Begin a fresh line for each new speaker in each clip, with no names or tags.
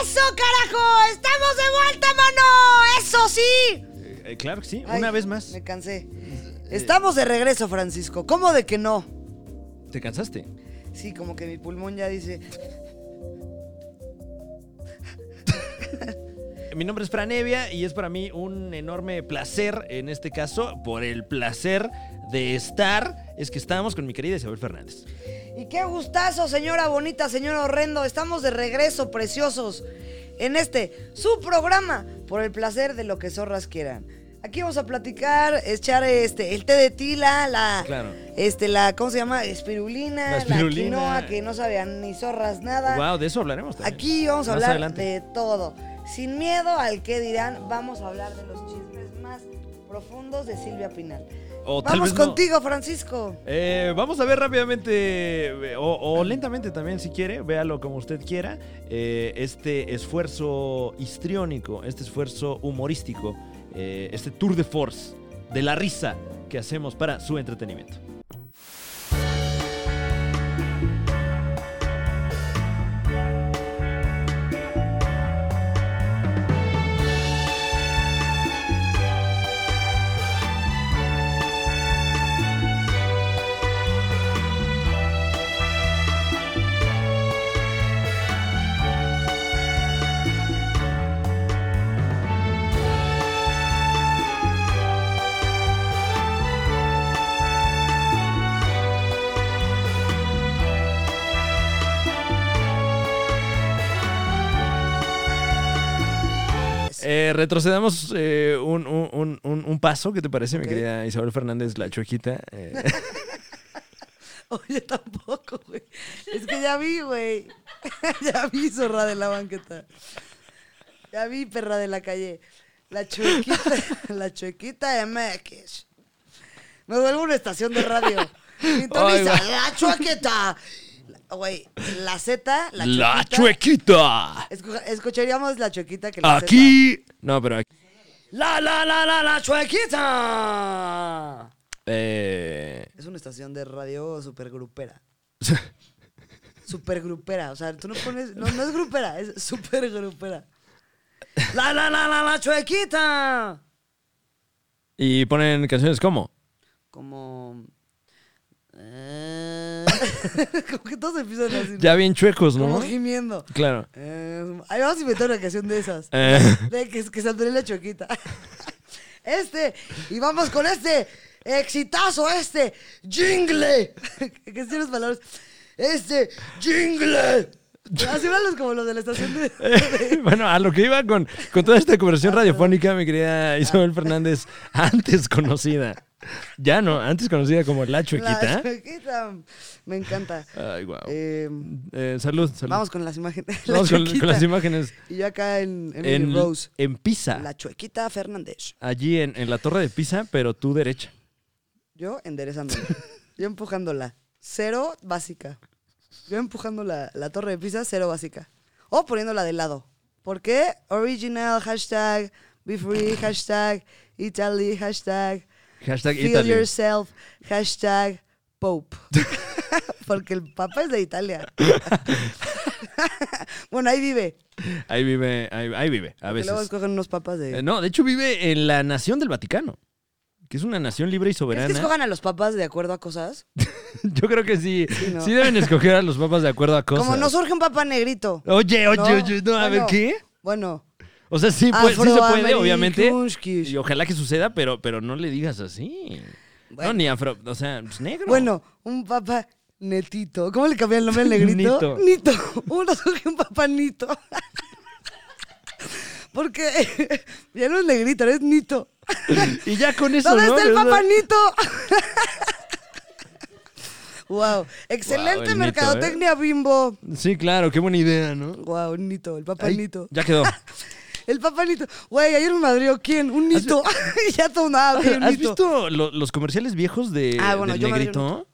¡Eso, carajo! ¡Estamos de vuelta, mano! ¡Eso sí!
Eh, claro que sí,
Ay,
una vez más.
Me cansé. Estamos de regreso, Francisco. ¿Cómo de que no?
¿Te cansaste?
Sí, como que mi pulmón ya dice.
Mi nombre es Franevia y es para mí un enorme placer, en este caso, por el placer de estar, es que estábamos con mi querida Isabel Fernández.
Y qué gustazo, señora bonita, señor horrendo. Estamos de regreso, preciosos, en este, su programa, por el placer de lo que zorras quieran. Aquí vamos a platicar, echar este, el té de tila, la,
Claro.
este, la, ¿cómo se llama? Espirulina,
La
la,
espirulina.
quinoa, que no sabían ni zorras nada.
Wow, de eso hablaremos también.
Ah, Aquí vamos a
Más
hablar
adelante.
de todo. Sin miedo al que dirán, vamos a hablar de los chismes más profundos de Silvia Pinal.
O tal
vamos
vez no.
contigo, Francisco.
Eh, vamos a ver rápidamente, eh, o, o lentamente también si quiere, véalo como usted quiera, eh, este esfuerzo histriónico, este esfuerzo humorístico, eh, este tour de force de la risa que hacemos para su entretenimiento. Eh, retrocedamos eh, un, un- un- un- un paso, ¿qué te parece, mi
Ok.
querida Isabel Fernández, la chuequita? Eh,
Oye, tampoco, güey. Es que ya vi, güey. ya vi, zorra de la banqueta. Ya vi, perra de la calle. La chuequita, la chuequita MX. Me vuelvo una estación de radio. Sintoniza,
Ay,
la chuequita. Güey, la Z, la chuequita.
¡La chuequita!
Escu- escucharíamos la chuequita que la
Aquí. No, pero aquí.
La, la, la, la, la chuequita.
Eh,
Es una estación de radio supergrupera. Supergrupera. O sea, tú no pones. No, no es grupera, es supergrupera. La, la, la, la, la chuequita.
y ponen canciones como.
Como. eh, como que todos empiezan así. ¿no?
Ya bien chuecos,
como
¿no?
gimiendo.
Claro.
Eh, ahí vamos a inventar una canción de esas.
Eh,
De que, que saldré la choquita. Este, y vamos con este exitazo, este jingle. que tiene las palabras. Este jingle. Así van los como los de la estación de.
eh, bueno, a lo que iba con, con toda esta conversación radiofónica, mi querida Isabel Fernández, antes conocida. Ya no, antes conocida como la
La
chuequita.
Chuequita. Me encanta.
Ay, guau.
Eh,
Eh, salud, salud.
vamos con las imágenes. La
Vamos con-
Chuequita.
con las imágenes.
Y yo acá en, en,
en, Ah.
Rose.
en Pisa,
La chuequita Fernández.
allí en, en la torre de Pisa, pero tú derecha.
Yo enderezándola. Yo empujándola. Cero básica. Yo empujando la, la torre de pizza, cero básica. O poniéndola de lado. ¿Por qué? Original, hashtag, be free, hashtag, Italy, hashtag,
Hashtag
feel
Italy.
yourself, hashtag, Pope. Porque el Papa es de Italia. bueno, ahí vive.
Ahí vive, ahí, ahí vive, a
Que luego
veces.
escogen unos papas de...
Eh, no, de hecho vive en la nación del Vaticano, que es una nación libre y
¿Crees que
soberana.
escojan a los papas de acuerdo a cosas?
Yo creo que sí, sí,
no.
deben escoger a los papas de acuerdo a cosas.
Como no surge un papa negrito.
Oye, oye,
No,
oye, no, a ver
bueno,
qué.
Bueno,
O sea, sí, pues, sí se puede,
Afroamericushkish.
obviamente. Y ojalá que suceda, pero, pero no le digas así. No,
Bueno.
ni afro, o sea, pues, negro.
Bueno, un papa netito. ¿Cómo le cambié el nombre al negrito? Nito. Uno surge un papa nito. Porque ya no es negrito, ahora es nito.
Y ya con eso,
¿Dónde
¿no?
está el
¿Verdad?
papa nito? wow. Excelente
Nito, ¿eh?
mercadotecnia, bimbo.
Sí, claro, qué buena idea, ¿no?
Wow, nito, el papa
Ahí,
nito.
ya quedó.
El papa nito. Güey, ayer me madrió, ¿quién? Un nito. Y ya todo nada, güey, un
¿Has
nito.
visto lo- los comerciales viejos de,
Ah, bueno,
del
yo me vi
Negrito?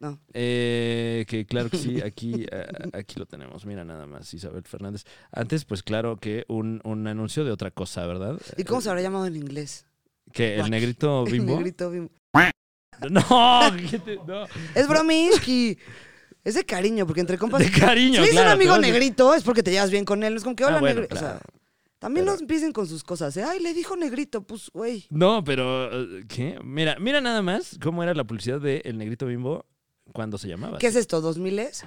No.
Eh, que claro que sí, aquí, eh, aquí lo tenemos. Mira nada más, Isabel Fernández. Antes, pues claro que un, un anuncio de otra cosa, ¿verdad?
¿Y cómo se habrá llamado en inglés?
Que el negrito
El
bimbo.
negrito bimbo.
No, ¿qué te- no.
Es bromiski. Es de cariño, porque entre compas.
De cariño,
Si es
claro,
un
te
amigo
vas de-
negrito, es porque te llevas bien con él. Es como que, hola,
Ah, bueno,
negri-". O sea,
claro.
también
Pero-
nos empiecen con sus cosas. ¿eh? Ay, le dijo negrito, pues, güey.
No, pero eh, ¿qué? Mira, mira nada más cómo era la publicidad de El Negrito Bimbo cuando se llamaba.
¿Qué es esto? ¿Dos miles?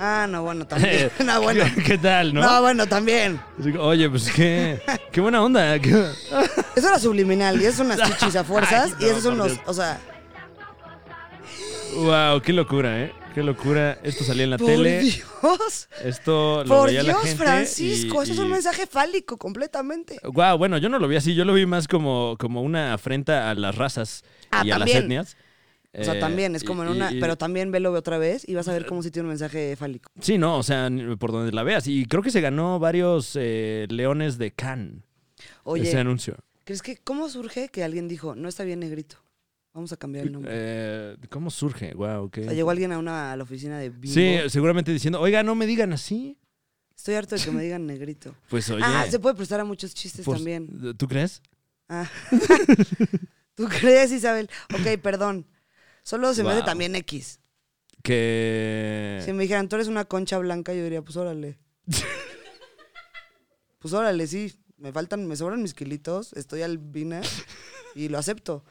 Ah, no, bueno, también. No, bueno.
¿Qué, qué tal, no?
¿No? bueno, también.
Así que, Oye, pues qué, qué buena onda. qué-
Eso era subliminal y es unas chichis a fuerzas
Ay,
y
no,
esos son
por
los,
Dios.
o sea,
Wow, qué locura, ¿eh? Qué locura. Esto salía en la
por
tele.
Dios,
Esto lo
por
veía la
Dios,
gente.
Francisco, eso es un mensaje fálico completamente.
Wow, bueno, yo no lo vi así. Yo lo vi más como, como una afrenta a las razas
Ah,
y a las
también.
etnias.
O sea,
Eh,
también es como en
y-
una,
y- Eh,
pero también velo otra vez y vas a ver cómo si tiene un mensaje fálico.
Sí, no, o sea, ni- por donde la veas. Y creo que se ganó varios eh, leones de Cannes
Oye,
ese anuncio.
¿crees que cómo surge que alguien dijo, no está bien negrito? Vamos a cambiar el nombre.
Eh, ¿Cómo surge? Wow, qué.
o sea, llegó alguien a una a la oficina de Bimbo.
Eh, Sí, seguramente diciendo, oiga, no me digan así.
Estoy harto de que me digan negrito.
Pues oye.
Ah, se puede prestar a muchos chistes
pues,
también.
¿Tú crees?
Ah. ¿Tú crees, Isabel? Ok, perdón. Solo se me hace
Wow.
también X.
Que.
Si me dijeran, tú eres una concha blanca, yo diría, pues órale. pues órale, sí. Me faltan, me sobran mis kilitos, estoy albina y lo acepto.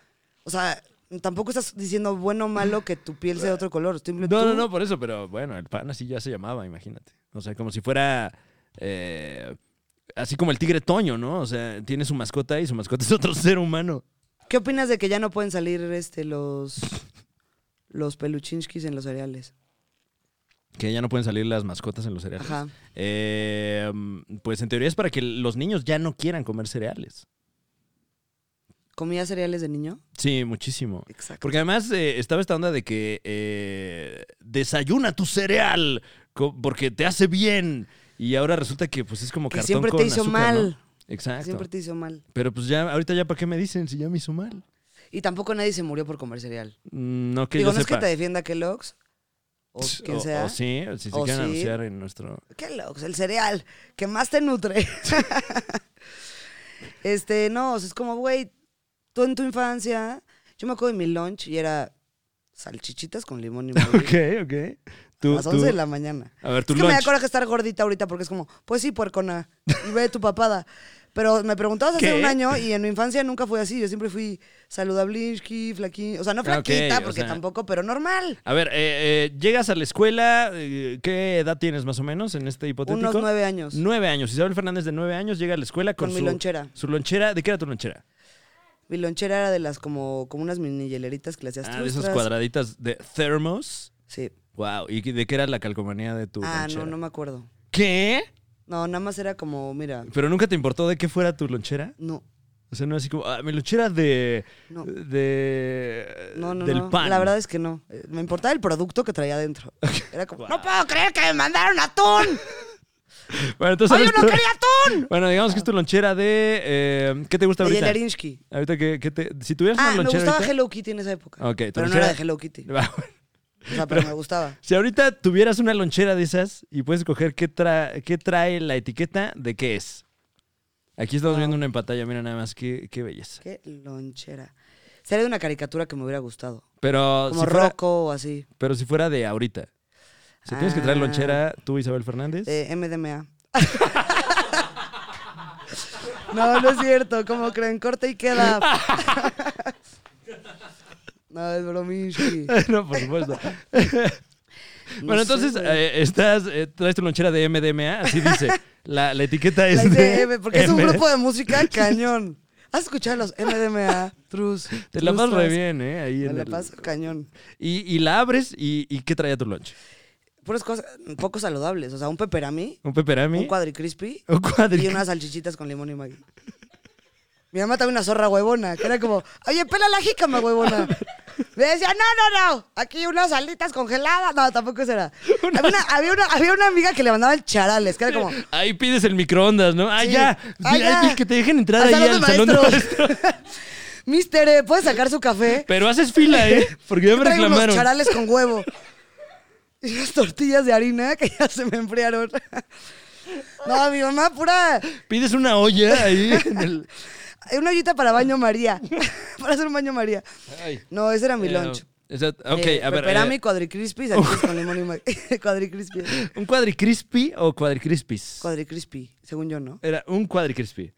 O sea, tampoco estás diciendo bueno o malo que tu piel sea de otro color. Simple-
No,
tú-
no, no, por eso, pero bueno, el pan así ya se llamaba, imagínate. O sea, como si fuera. eh, así como el tigre Toño, ¿no? O sea, tiene su mascota y su mascota es otro ser humano.
¿Qué opinas de que ya no pueden salir este, los, los peluchinskis en los cereales?
Que ya no pueden salir las mascotas en los cereales.
Ajá.
Eh, pues en teoría es para que los niños ya no quieran comer cereales.
¿Comías cereales de niño?
Sí, muchísimo.
Exacto.
Porque además eh, estaba esta onda de que eh, desayuna tu cereal co- porque te hace bien. Y ahora resulta que pues es como
Que
cartón
siempre
con
te hizo
azúcar, ¿no?
mal.
Exacto.
Siempre te hizo mal.
Pero pues ya, ahorita ya para qué me dicen si ya me hizo mal.
Y tampoco nadie se murió por comer cereal.
Mm, No que
Digo,
yo
no es que
sepa.
te defienda Kellogg's o
Tss,
quien sea.
o sí, si se
O
quieren
sí.
anunciar en nuestro...
Kellogg's, el cereal que más te nutre. este, no, o sea, es como, güey, tú en tu infancia, yo me acuerdo de mi lunch y era salchichitas con limón y morir.
Ok, ok.
A
Tú,
las
tú-
11 de la mañana.
A ver,
Es
tu
que me da
lunch.
coraje estar gordita ahorita porque es como, pues sí, puercona, y ve tu papada. Pero me preguntabas hace
¿Qué?
un año y en mi infancia nunca fue así. Yo siempre fui saludablinsky, flaquín. O sea, no
Ah, ok,
flaquita,
o
porque
sea-
tampoco, pero normal.
A ver, eh, eh, llegas a la escuela, eh, ¿qué edad tienes más o menos en este hipotético?
Unos nueve años.
Nueve años. Isabel Fernández de nueve años llega a la escuela con,
Con mi
su,
lonchera.
Su lonchera, ¿de qué era tu lonchera?
Mi lonchera era de las como, como unas mini hieleritas que le hacías
Ah, de esas
trustras.
cuadraditas de thermos.
Sí.
Wow, ¿y de qué era la calcomanía de tu
Ah,
lonchera?
no, no me acuerdo.
¿Qué?
No, nada más era como, mira,
¿Pero nunca te importó de qué fuera tu lonchera?
no,
O sea, no así como, ah, mi lonchera de...
No.
de
no, no.
del
no.
pan.
La verdad es que no. Eh, Me importaba el producto que traía adentro. Era como, no puedo creer que me mandaron atún.
Bueno, entonces...
¡Oye,
¿sabes
no
tú?
quería atún!
Bueno, digamos que es tu lonchera de... eh, ¿Qué te gusta
De
ahorita?
Yelerinsky.
Ahorita que, que te... Si tuvieras
Ah,
una
me
lonchera
gustaba
ahorita-
Hello Kitty en esa época.
Ok, tu
pero no
lonchera-
era de Hello Kitty.
Va, bueno.
O sea, pero me gustaba.
Si ahorita tuvieras una lonchera de esas y puedes escoger qué, tra- qué trae la etiqueta de qué es. Aquí estamos
Wow.
viendo una en pantalla, mira nada más, qué, qué belleza.
Qué lonchera. Sería de una caricatura que me hubiera gustado.
Pero
Como
si, fuera,
Rocco o así.
pero si fuera de ahorita. Si tienes que traer
Ah.
lonchera, tú, Isabel Fernández.
De MDMA. no, no es cierto. Como creen, corte y queda. no, es brominsky.
no, por supuesto.
No
bueno,
sé,
entonces
güey.
eh, estás, eh, traes tu lonchera de MDMA, así dice. la, la etiqueta es
La
de
ICM, porque es un
M.
grupo de música cañón. ¿Has escuchado los MDMA? Trus.
Te la
trus,
pasas re
trus?
bien, ¿eh? Ahí
Me
en
la
el-
paso cañón.
y, y la abres y, y ¿qué traía tu lonche?
Puras cosas poco saludables. O sea, un pepperami,
¿Un peperami?
un cuadricrispy
Un cuadri-
y unas salchichitas con limón y magui. Mi mamá también una zorra huevona, que era como, oye, pela la jícama, huevona. Me decía, no, no, no, aquí unas alitas congeladas. No, tampoco eso era. Había, una, había, una, había una amiga que le mandaban charales, que era como,
Ahí pides el microondas, ¿no? Ah,
Sí.
ya.
Ah,
Ahí
ya.
pides que te dejen entrar
Al
ahí
salón
al
de
salón de
maestros.
maestros.
mister, ¿eh, ¿puede sacar su café?
Pero haces fila, ¿eh? Porque ya
Yo
me
traigo unos
reclamaron.
charales con huevo. Y unas tortillas de harina que ya se me enfriaron. No, mi mamá pura...
Pides una olla ahí en el.
Eh, Una ollita para baño María. para hacer un baño María.
Ay.
No, ese era mi
Eh,
lunch.
es that- ok,
Eh,
a ver.
Pepperami,
eh,
cuadricrispis, sándwiches con limón y ma- cuadricrispis.
¿Un cuadricrispy o cuadricrispis?
Cuadricrispy, según yo, ¿no?
Era un cuadricrispy.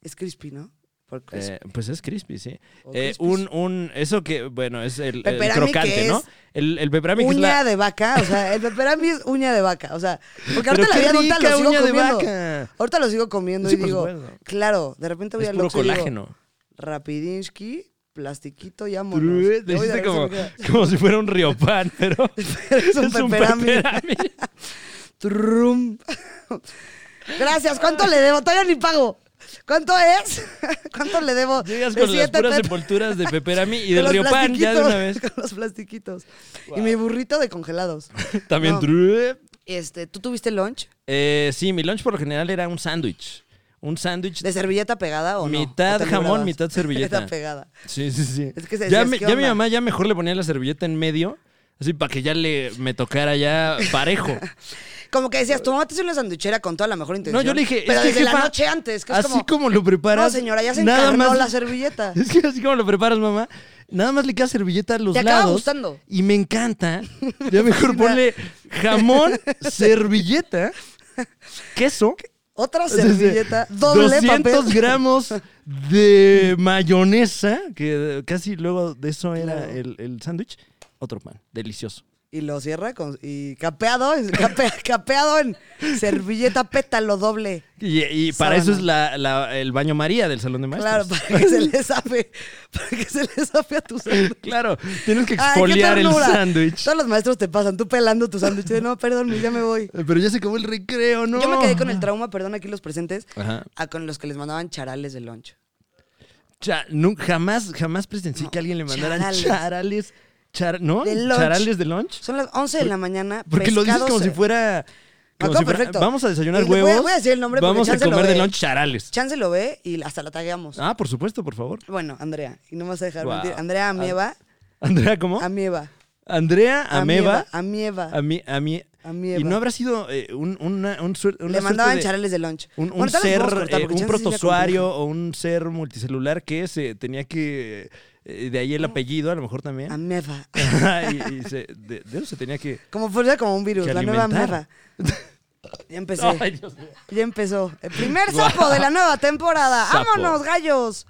Es crispy, ¿no? Por crispy.
Eh, pues es crispy, sí.
O
Eh,
crispies.
un, un, eso que, bueno, es el, el
Pepperami,
crocante,
que
¿no?
es
El, el pepperami que es
uña
la...
de vaca, o sea, el pepperami es uña de vaca, o sea, porque
Pero
ahorita la
qué
vida adulta
rica
lo sigo
uña de
comiendo.
vaca.
Ahorita lo sigo comiendo
Sí,
y
por
digo,
supuesto.
claro, de repente voy
Es
al
puro
Oxxo y digo,
colágeno.
Rapidinsky, plastiquito y
Te
vámonos. Te voy a
dijiste
ver si
como,
me queda.
como si fuera un riopan, pero
es un pepperami.
pepperami.
Turrum. Gracias, ¿cuánto le debo? Todavía ni pago. ¿Cuánto es? ¿Cuánto le debo?
Llegas
De
con las
siete
puras
pep-
envolturas de pepperami y
con
del
los
riopan ya de una vez.
plastiquitos, Con los plastiquitos.
Wow.
Y mi burrito de congelados.
También.
No.
tru-
Este, ¿Tú tuviste lunch?
Eh, sí, mi lunch por lo general era un sándwich. Un sándwich.
¿De servilleta pegada o no?
Mitad
¿O te
jamón,
librabas?
mitad servilleta.
Era pegada.
Sí, sí, sí.
Es que se
ya
decías,
me-
¿qué
ya mi
onda?
mamá ya mejor le ponía la servilleta en medio, así para que ya le me tocara ya parejo.
Como que decías, tu mamá te hizo una sanduchera con toda la mejor intención.
No, yo le dije,
Pero
es que,
desde la
jefa,
noche antes, que es
así
como,
como, lo preparas.
no, señora, ya se
nada
encarnó
más-
la servilleta.
Es que así como lo preparas, mamá, nada más le queda servilleta a los
Te acaba
lados.
gustando.
Y me encanta. Ya mejor ponle jamón, servilleta, queso.
Otra servilleta, doble
200
papel.
gramos de mayonesa, que casi luego de eso era
Claro.
el, el sándwich. Otro pan, delicioso.
Y lo cierra con, y capeado, en- cape- capeado en servilleta pétalo doble.
Y, y para eso
Sábana.
es la- la- el baño María del Salón de
Claro,
Maestros.
para que se le sape, para que se le sape a tu sándwich.
Claro, tienes que
Ay, qué
exfoliar el
ternura.
sándwich.
Todos los maestros te pasan, tú pelando tu sándwich. de, No, perdón, ya me voy.
Pero ya se acabó el recreo, ¿no?
Yo me quedé con el trauma, perdón, aquí los presentes,
Ajá.
a con los que les mandaban charales de lunch.
Cha- nu- jamás, jamás presencié que alguien le mandaran
charales.
charales. char- ¿No?
De lunch.
Charales de lunch.
Son las 11 de la mañana.
Porque lo dices
pescados-
como si fuera.
Me acuerdo
como si fuera,
perfecto.
Vamos a desayunar
Y le voy a-
huevos.
voy a decir el nombre porque
Vamos a
chance lo
comer de
ve.
lunch charales.
Chance lo ve y hasta la tagueamos.
Ah, por supuesto, por favor.
Bueno, Andrea, y no me vas a dejar
Wow.
mentir. Andrea
Ah.
Amieva.
Andrea, ¿cómo?
Amieva.
Andrea Ameba.
Amieva.
A mí, a mí.
Amieva.
Y no habrá sido eh, un, una, un suer- una
Le
suerte
mandaban
de-
charales de lunch.
Un, un
Bueno, tal vez
ser,
podemos cortar,
eh,
porque
un
chance sí está
protozoario o un ser multicelular que se tenía que. eh, de ahí el apellido, a lo mejor también.
complejo. Amieva.
y y se- de, de eso se tenía que.
Como fuera como un virus,
Que
la nueva Amieva.
alimentar.
Ya empecé.
Ay, Dios mío.
Ya empezó. El primer sapo de la nueva temporada.
Sapo.
¡Vámonos, gallos!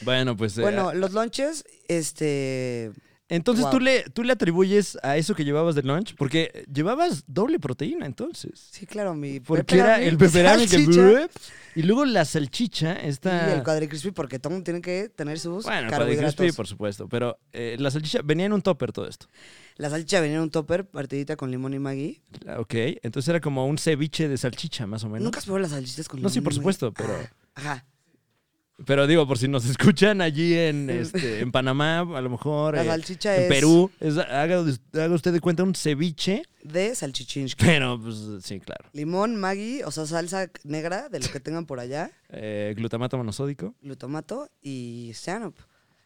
Bueno, pues. eh,
Bueno, los lunches, este.
entonces
wow.
tú, le, tú le atribuyes a eso que llevabas de lunch, porque llevabas doble proteína entonces.
Sí, claro, mi.
Porque era el pepperami
peperami
que. Y luego la salchicha, esta.
Y el cuadricrispy, porque todo tiene que tener sus
bueno,
carbohidratos.
cuadricrispy, por supuesto. Pero eh, la salchicha venía en un topper todo esto.
La salchicha venía en un topper, partidita con limón y magui.
Ok, entonces era como un ceviche de salchicha, más o menos.
¿Nunca has probado las salchichas con
No,
limón?
sí, por
y magui?
supuesto, pero-
Ajá.
Pero digo, por si nos escuchan allí en, este, en Panamá, a lo mejor
La
eh,
salchicha
en
es-
Perú, es- haga, haga usted de cuenta un ceviche,
De salchichinski.
pero pues sí, claro.
Limón, magui, o sea, salsa negra de lo que tengan por allá,
Eh, glutamato monosódico.
glutamato y cianop.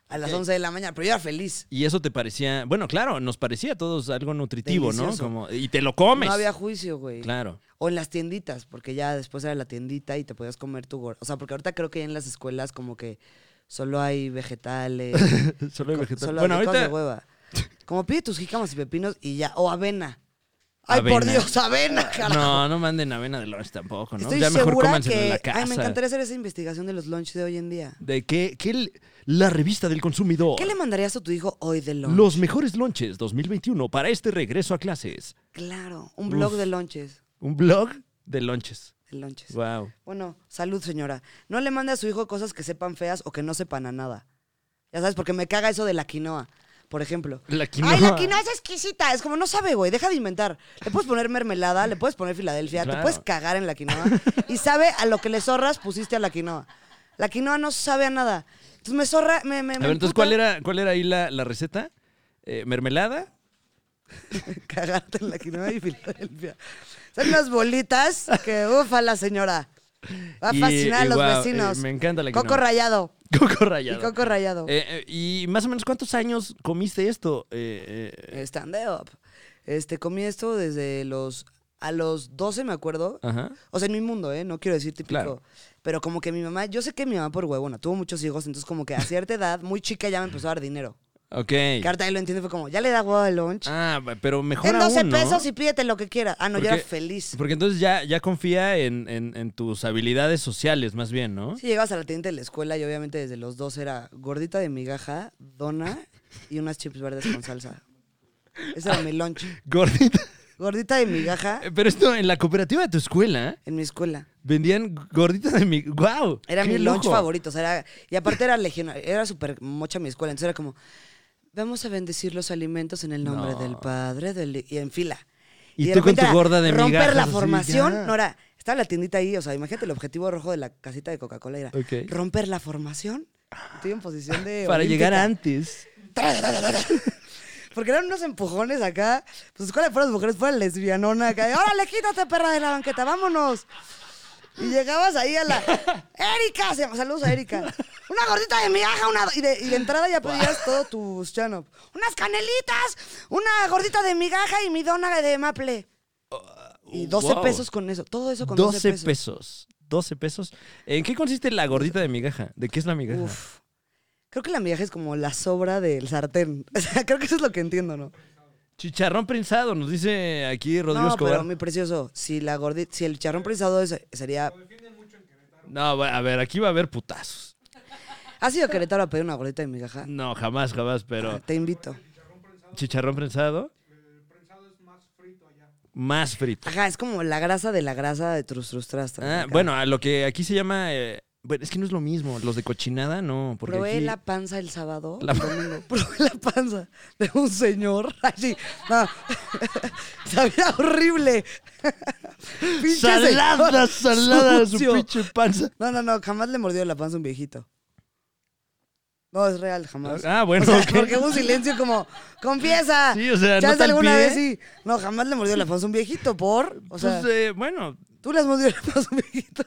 A las
Ok.
11 de la mañana, pero yo era feliz.
Y eso te parecía, bueno, claro, nos parecía a todos algo nutritivo,
Delicioso.
¿no? Como, y te lo comes.
No había juicio, güey.
Claro.
O en las tienditas, porque ya después era la tiendita y te podías comer tu gor- O sea, porque ahorita creo que ya en las escuelas como que solo hay vegetales.
Solo hay
co-
vegetal.
Solo
Bueno,
hay cosas de
ahorita
hueva. Como pide tus jícamas y pepinos y ya. O avena. Ay, por
Avena.
Dios, avena, carajo.
No, no manden avena de lunch tampoco, ¿no?
Estoy
ya mejor
segura
cómanselo
que.
en la casa.
Ay, me encantaría hacer esa investigación de los lunch de hoy en día.
De que, que el- la revista del consumidor.
¿Qué le mandarías a tu hijo hoy de lunch?
Los mejores lunches 2021 para este regreso a clases.
Claro, un blog
Uf.
de lunches.
Un blog de lunches.
de lunches.
Wow.
Bueno, salud, señora. No le mande a su hijo cosas que sepan feas o que no sepan a nada. Ya sabes, porque me caga eso de la quinoa, por ejemplo.
La quinoa.
Ay, la quinoa es exquisita. Es como, no sabe, güey, deja de inventar. Le puedes poner mermelada, le puedes poner Filadelfia, te
Claro.
puedes cagar en la quinoa. Y sabe a lo que le zorras pusiste a la quinoa. La quinoa no sabe a nada. Entonces me zorra, me, me,
A
me
ver, entonces,
emputa
¿cuál era, cuál era ahí la, la receta? Eh, ¿Mermelada?
Cagarte en la quinoa y Filadelfia. Son unas bolitas que, ufa, la señora. Va a
Y-
fascinar a
y
los
guau,
vecinos.
eh, me encanta la
Coco
quinoa.
rayado.
Coco
Y
rallado.
coco rayado.
Eh, eh, y más o menos, ¿cuántos años comiste esto? Eh, eh,
Stand up. Este, comí esto desde los a los 12, me acuerdo.
Ajá.
O sea, en mi mundo, ¿eh? No quiero decir típico.
Claro.
Pero como que mi mamá, yo sé que mi mamá por huevona tuvo muchos hijos, entonces como que a cierta edad, muy chica, ya me empezó a dar dinero.
Ok.
Que ahorita ahí lo entiendo, fue como, ya le da huevo de lunch.
Ah, pero mejor
Ten 12
aún, ¿no?
pesos y pídete lo que quieras. Ah, no, yo era
Porque-
feliz.
Porque entonces ya, ya confía en, en- en tus habilidades sociales, más bien, ¿no?
Si llegabas a la tienda de la escuela y obviamente desde los dos era gordita de migaja, dona y unas chips verdes con salsa. Ese era mi lunch.
Gordita.
Gordita de migaja
Pero esto, en la cooperativa de tu escuela,
en mi escuela.
vendían gorditas de mi... ¡Wow!
Era mi lunch favorito. o sea, era- y aparte era legionario. Era súper mocha mi escuela. Entonces era como, vamos a bendecir los alimentos en el nombre
No.
del Padre. Del, hi-", y en fila.
Y
de
tú con
repente
tu
era
gorda de
Romper
migajas,
la
así,
formación.
ya.
No era, estaba la tiendita ahí. O sea, imagínate el objetivo rojo de la casita de Coca-Cola. Era
Ok.
romper la formación. Estoy en posición de...
Para llegar
olímpica.
antes.
Porque eran unos empujones acá. Pues escuela de puras mujeres, fuera lesbianona acá. de, ¡Órale, quítate, perra de la banqueta! ¡Vámonos! Y llegabas ahí a la. ¡Erika! Se- Saludos a Erika. Una gordita de migaja, una. Y de, y de entrada ya pedías todo tu stand up. Unas canelitas, una gordita de migaja y mi dona de maple. Y 12
Wow.
pesos con eso. Todo eso con 12,
12
pesos.
Uh, pesos. 12 pesos. ¿En qué consiste la gordita de migaja? ¿De qué es la migaja?
Uf. Creo que la migaja es como la sobra del sartén. O sea, creo que eso es lo que entiendo, ¿no?
Chicharrón prensado, nos dice aquí Rodrigo
no,
Escobar.
pero mi precioso, si la gordita, si el charrón prensado es- sería.
No, va- a ver, aquí va a haber putazos.
¿Has ido a Querétaro a pedir una gordita de migaja?
No, jamás, jamás, pero
Te invito.
chicharrón prensado. Más frito.
Ajá, es como la grasa de la grasa de trus trus tras. tras,
Ah,
acá.
bueno, a lo que aquí se llama. eh, bueno, es que no es lo mismo. Los de cochinada, no. Porque
Probé
aquí-
eh, la panza el sábado,
La-
el domingo. Probé la panza de un señor. Así, no. Sabía horrible. Pinche
Salada,
señor
salada, su
sucio.
pinche panza.
No, no, no, jamás le mordió la panza a un viejito. No, es real, jamás.
Ah, bueno,
O sea,
ok.
Porque hubo un silencio como, confiesa.
Sí, o sea, no
Chance
tan
alguna
pie.
vez sí. No, jamás le mordió la panza a un viejito, por. O sea,
Pues, eh, bueno,
tú le has mordido la panza a un viejito.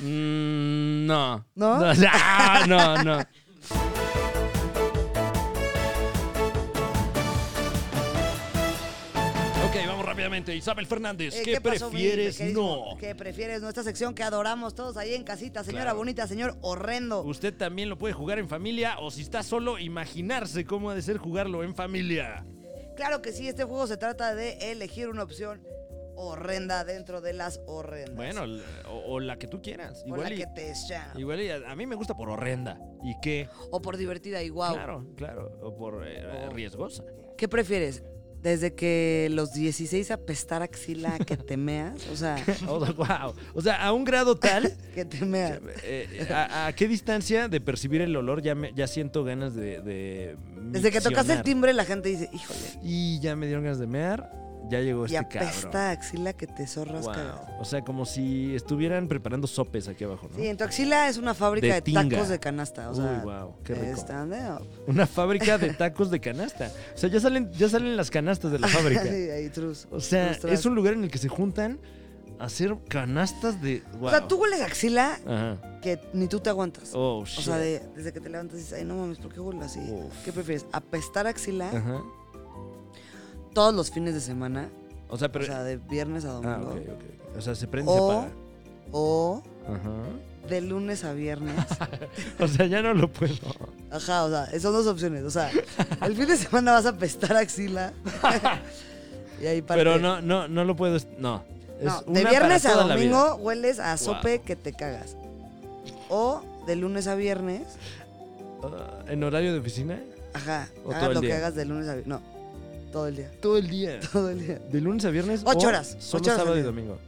Mm, no.
¿No?
o sea, ah, no, no. ok, vamos rápidamente. Isabel Fernández,
Eh,
¿qué,
pasó, mi
prefieres?
queridísimo?
No.
¿Qué prefieres? Nuestra sección que adoramos todos ahí en casita. Señora
Claro.
bonita, señor horrendo.
Usted también lo puede jugar en familia o si está solo, imaginarse cómo ha de ser jugarlo en familia.
Claro que sí, este juego se trata de elegir una opción horrenda dentro de las horrendas.
Bueno, l- o, o la que tú quieras.
Por la
Igual, y,
que te echan.
igual y a, a mí me gusta por horrenda. ¿Y qué?
O por divertida y guau.
Claro, claro. O por eh,
O-
riesgosa.
¿Qué prefieres? ¿Desde que los 16 apestar axila a que te meas? O sea,
O sea, wow. Oh, O sea, a un grado tal
que te meas.
Eh, ¿a, a qué distancia de percibir el olor ya, me- ya siento ganas de, de
Desde que tocaste el
miccionar?
timbre la gente dice, híjole,
Y ya me dieron ganas de mear, ya llegó
y
este
apesta axila que te zorras
cabrón. Wow.
cagado.
O sea, como si estuvieran preparando sopes aquí abajo, ¿no?
Sí, en tu axila es una fábrica
De
de,
tinga.
tacos de canasta. O sea,
Uy, wow, qué rico.
Stand up.
Una fábrica de tacos de canasta. O sea, ya salen, ya salen las canastas de la fábrica.
Sí, ahí, trus.
O sea,
trus, tras.
es un lugar en el que se juntan a hacer canastas de.
O
Wow.
sea, tú hueles axila
Ajá.
que ni tú te aguantas.
Oh,
o
shit.
sea, de- desde que te levantas dices, ay, no mames, ¿por qué huelo así?
Uf.
¿Qué prefieres? ¿Apestar axila
Ajá.
todos los fines de semana?
O sea, pero.
o sea, de viernes a
ah,
domingo.
ok, ok. O sea, se prende
O-
y se
O
apaga. Ajá.
de lunes a viernes.
O sea, ya no lo puedo.
Ajá, o sea, son dos opciones. O sea, el fin de semana vas a apestar axila. y ahí parte.
Pero no, no, no lo puedo. est- No. Es
No,
una
de
para
viernes a
toda la vida.
domingo hueles a sope que te cagas. O de lunes a viernes,
Ah, ¿En horario de oficina?
ajá,
O todo
hagas
el
lo que
día.
hagas de lunes a viernes. No, todo el día,
Todo el día.
todo el día.
De lunes a viernes.
Ocho
o
horas,
Solo
ocho horas
sábado
al
y
día.
domingo.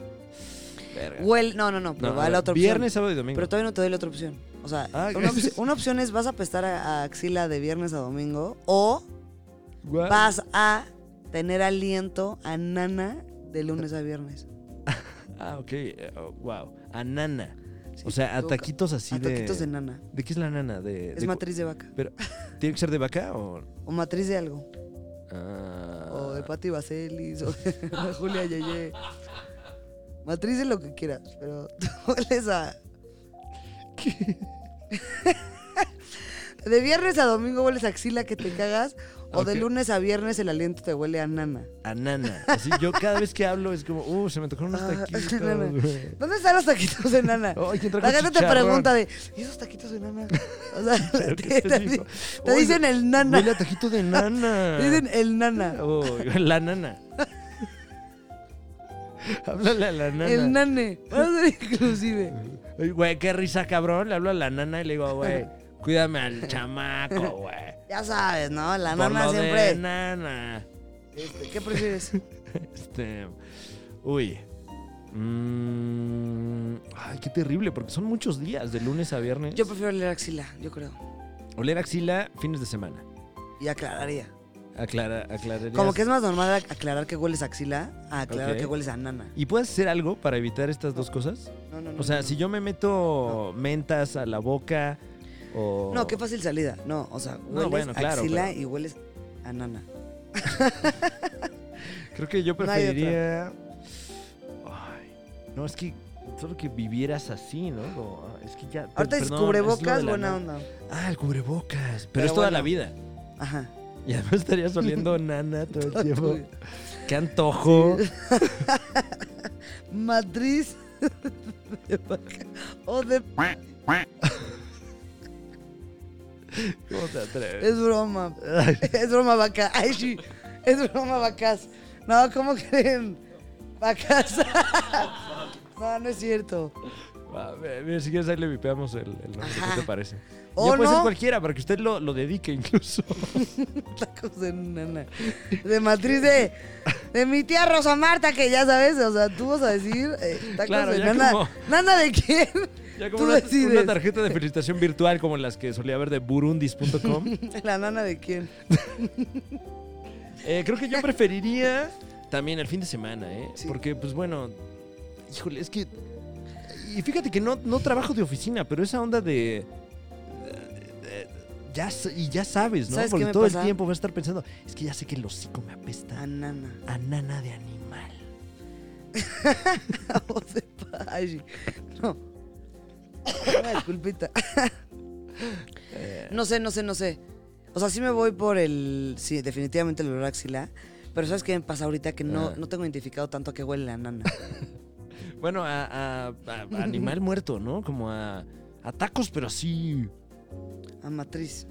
Verga.
Huel, no, no, no, pero
No,
va a
a ver,
la otra opción.
Viernes, sábado y domingo.
Pero todavía no te doy la otra opción. O sea,
Ah,
una,
gracias.
opci- una opción es vas a apestar a, a axila de viernes a domingo o
What?
vas a tener aliento a nana de lunes a viernes.
Ah, ok. eh, oh, wow. A nana.
Sí,
O sea, a
toca-
taquitos así
a
de.
taquitos de nana.
¿De qué es la nana? De,
Es
de-
matriz de vaca.
Pero, ¿tiene que ser de vaca o.?
O matriz de algo.
Ah.
O de Pati Vaselis. O de Julia Yeye. Matriz de lo que quieras. Pero tú hueles a. De viernes a domingo hueles a axila que te cagas. O de
Ok.
lunes a viernes el aliento te huele a nana.
A nana. Así, yo cada vez que hablo es como, uh, se me tocaron unos
Ah,
taquitos.
nana.
güey".
¿Dónde están los taquitos de nana?
Ay, ¿quién trajo
La gente te
chicharrón?
pregunta de, ¿y esos taquitos de nana? O sea,
Pero que
te,
este
te-
dijo,
te
"Oye,
dicen el nana.
Huele a tajito de nana.
Te dicen el nana.
Oh, la nana. Háblale a la nana.
El nane. Vamos a ser inclusive.
Ay, Güey, qué risa, cabrón. Le hablo a la nana y le digo, güey, cuídame al chamaco, güey.
Ya sabes, ¿no? La
Por
nana
lo de
siempre.
nana.
Este, ¿Qué prefieres?
Este. Uy. Mm, ay, qué terrible, porque son muchos días, de lunes a viernes.
Yo prefiero leer axila, yo creo.
Oler axila fines de semana.
Y aclararía.
Aclara, aclararías-
Como que es más normal ac- aclarar que hueles a axila a aclarar
Ok.
que hueles a nana.
¿Y puedes hacer algo para evitar estas dos cosas?
No, no, no.
O sea,
no,
si yo me meto mentas a la boca o...
no. No, qué fácil salida. No, o sea, hueles
bueno, claro,
axila
pero-
y hueles a nana.
Creo que yo
No hay otra.
preferiría... Ay, no, es que solo que vivieras así, ¿no? Como, ah, es que ya...
Ahorita es
perdón, es lo
cubrebocas,
de la
buena
na-
onda.
Ah, el cubrebocas. Pero,
Pero
es toda
bueno.
la vida.
Ajá.
Y además estarías oliendo nana todo el tiempo.
Uy.
¡Qué antojo!
Matriz de vaca o de...
¿Cómo te atreves?
Es broma. Es broma, vaca. Ay, sí. Es broma, vacas. No, ¿cómo creen? Vacas. No, no es cierto.
Va, ve- ve, si quieres ahí le vipeamos el, el nombre.
Ajá.
¿Qué te parece?
O
ya puede ser
no.
cualquiera, para que usted lo, lo dedique incluso.
Tacos de nana. De matriz de... De mi tía Rosa Marta, que ya sabes, o sea, tú vas a decir eh, tacos
Claro,
de
ya
nana.
como-
¿Nana de quién?
Ya como
Tú
una,
decides.
una tarjeta de felicitación virtual como las que solía haber de burundis.com.
La nana de quién.
Eh, creo que yo preferiría también el fin de semana, ¿eh?
Sí.
Porque, pues bueno, híjole, es que... Y fíjate que no, no trabajo de oficina, pero esa onda de... eh, de- Ya, s- y ya sabes, ¿no?
¿Sabes qué
Porque
me
todo el
pasa?
tiempo vas a estar pensando, es que ya sé que el hocico me apesta
La nana.
a nana de animal.
O de pa- Ay, sí. No. Una disculpita.
Eh,
No sé, no sé, no sé. O sea, sí me voy por el. Sí, definitivamente el olor a axila. Pero ¿sabes qué me pasa ahorita? Que no,
Ajá.
no tengo identificado tanto a qué huele la nana.
bueno, a, a- a- a animal muerto, ¿no? Como a, a tacos, pero así...
A matriz.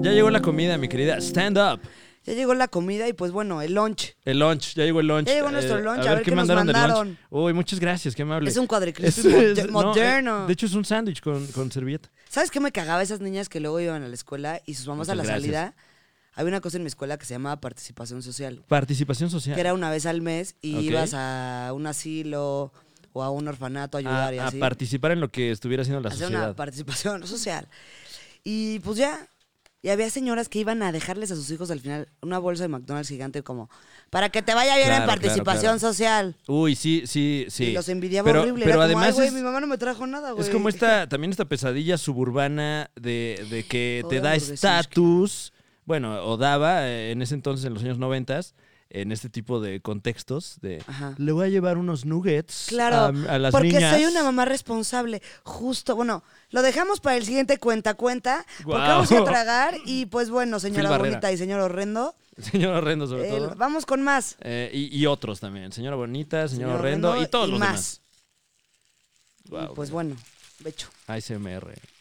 Ya llegó la comida, mi querida. Stand up.
Ya llegó la comida y pues bueno, el lunch.
El lunch, ya llegó el lunch. Eh,
Ya llegó nuestro lunch, a ver qué nos
del
mandaron.
Uy, muchas gracias, qué amable.
Es un
Es-
cuadricristo
es- no,
moderno.
eh, de hecho, es un sándwich con, con servilleta.
¿Sabes qué me cagaba esas niñas que luego iban a la escuela y sus mamás a la
Muchas gracias.
salida? Había una cosa en mi escuela que se llamaba participación social.
Participación social.
Que era una vez al mes y
Ok.
ibas a un asilo o a un orfanato a
a,
ayudar y
a
así.
participar en lo que estuviera haciendo la
hacer
sociedad.
una participación social. Y pues ya. Y había señoras que iban a dejarles a sus hijos al final una bolsa de McDonald's gigante como para que te vaya bien
Claro,
en
claro,
participación
claro.
social.
Uy, sí, sí, sí.
Y los envidiaba
pero,
horrible.
Pero
Era como,
además
"Ay, güey,
es,
mi mamá no me trajo nada, güey.
es como esta, también esta pesadilla suburbana de, de que
O
te
de
da
hamburguesas.
estatus, bueno, o daba eh, en ese entonces, en los años noventas, en este tipo de contextos de
Ajá.
le voy a llevar unos nuggets
Claro,
a, a las
porque
niñas.
soy una mamá responsable. Justo, bueno, lo dejamos para el siguiente cuenta cuenta, porque
Guau.
vamos a tragar y pues bueno,
Phil
señora
Barrera.
bonita y señor horrendo,
Señor Horrendo, sobre
eh,
todo.
vamos con más.
Eh, y, y otros también. Señora Bonita, Señor,
Señor
Horrendo y todos los
más.
demás. Guau,
Y, pues bueno, becho.
ASMR.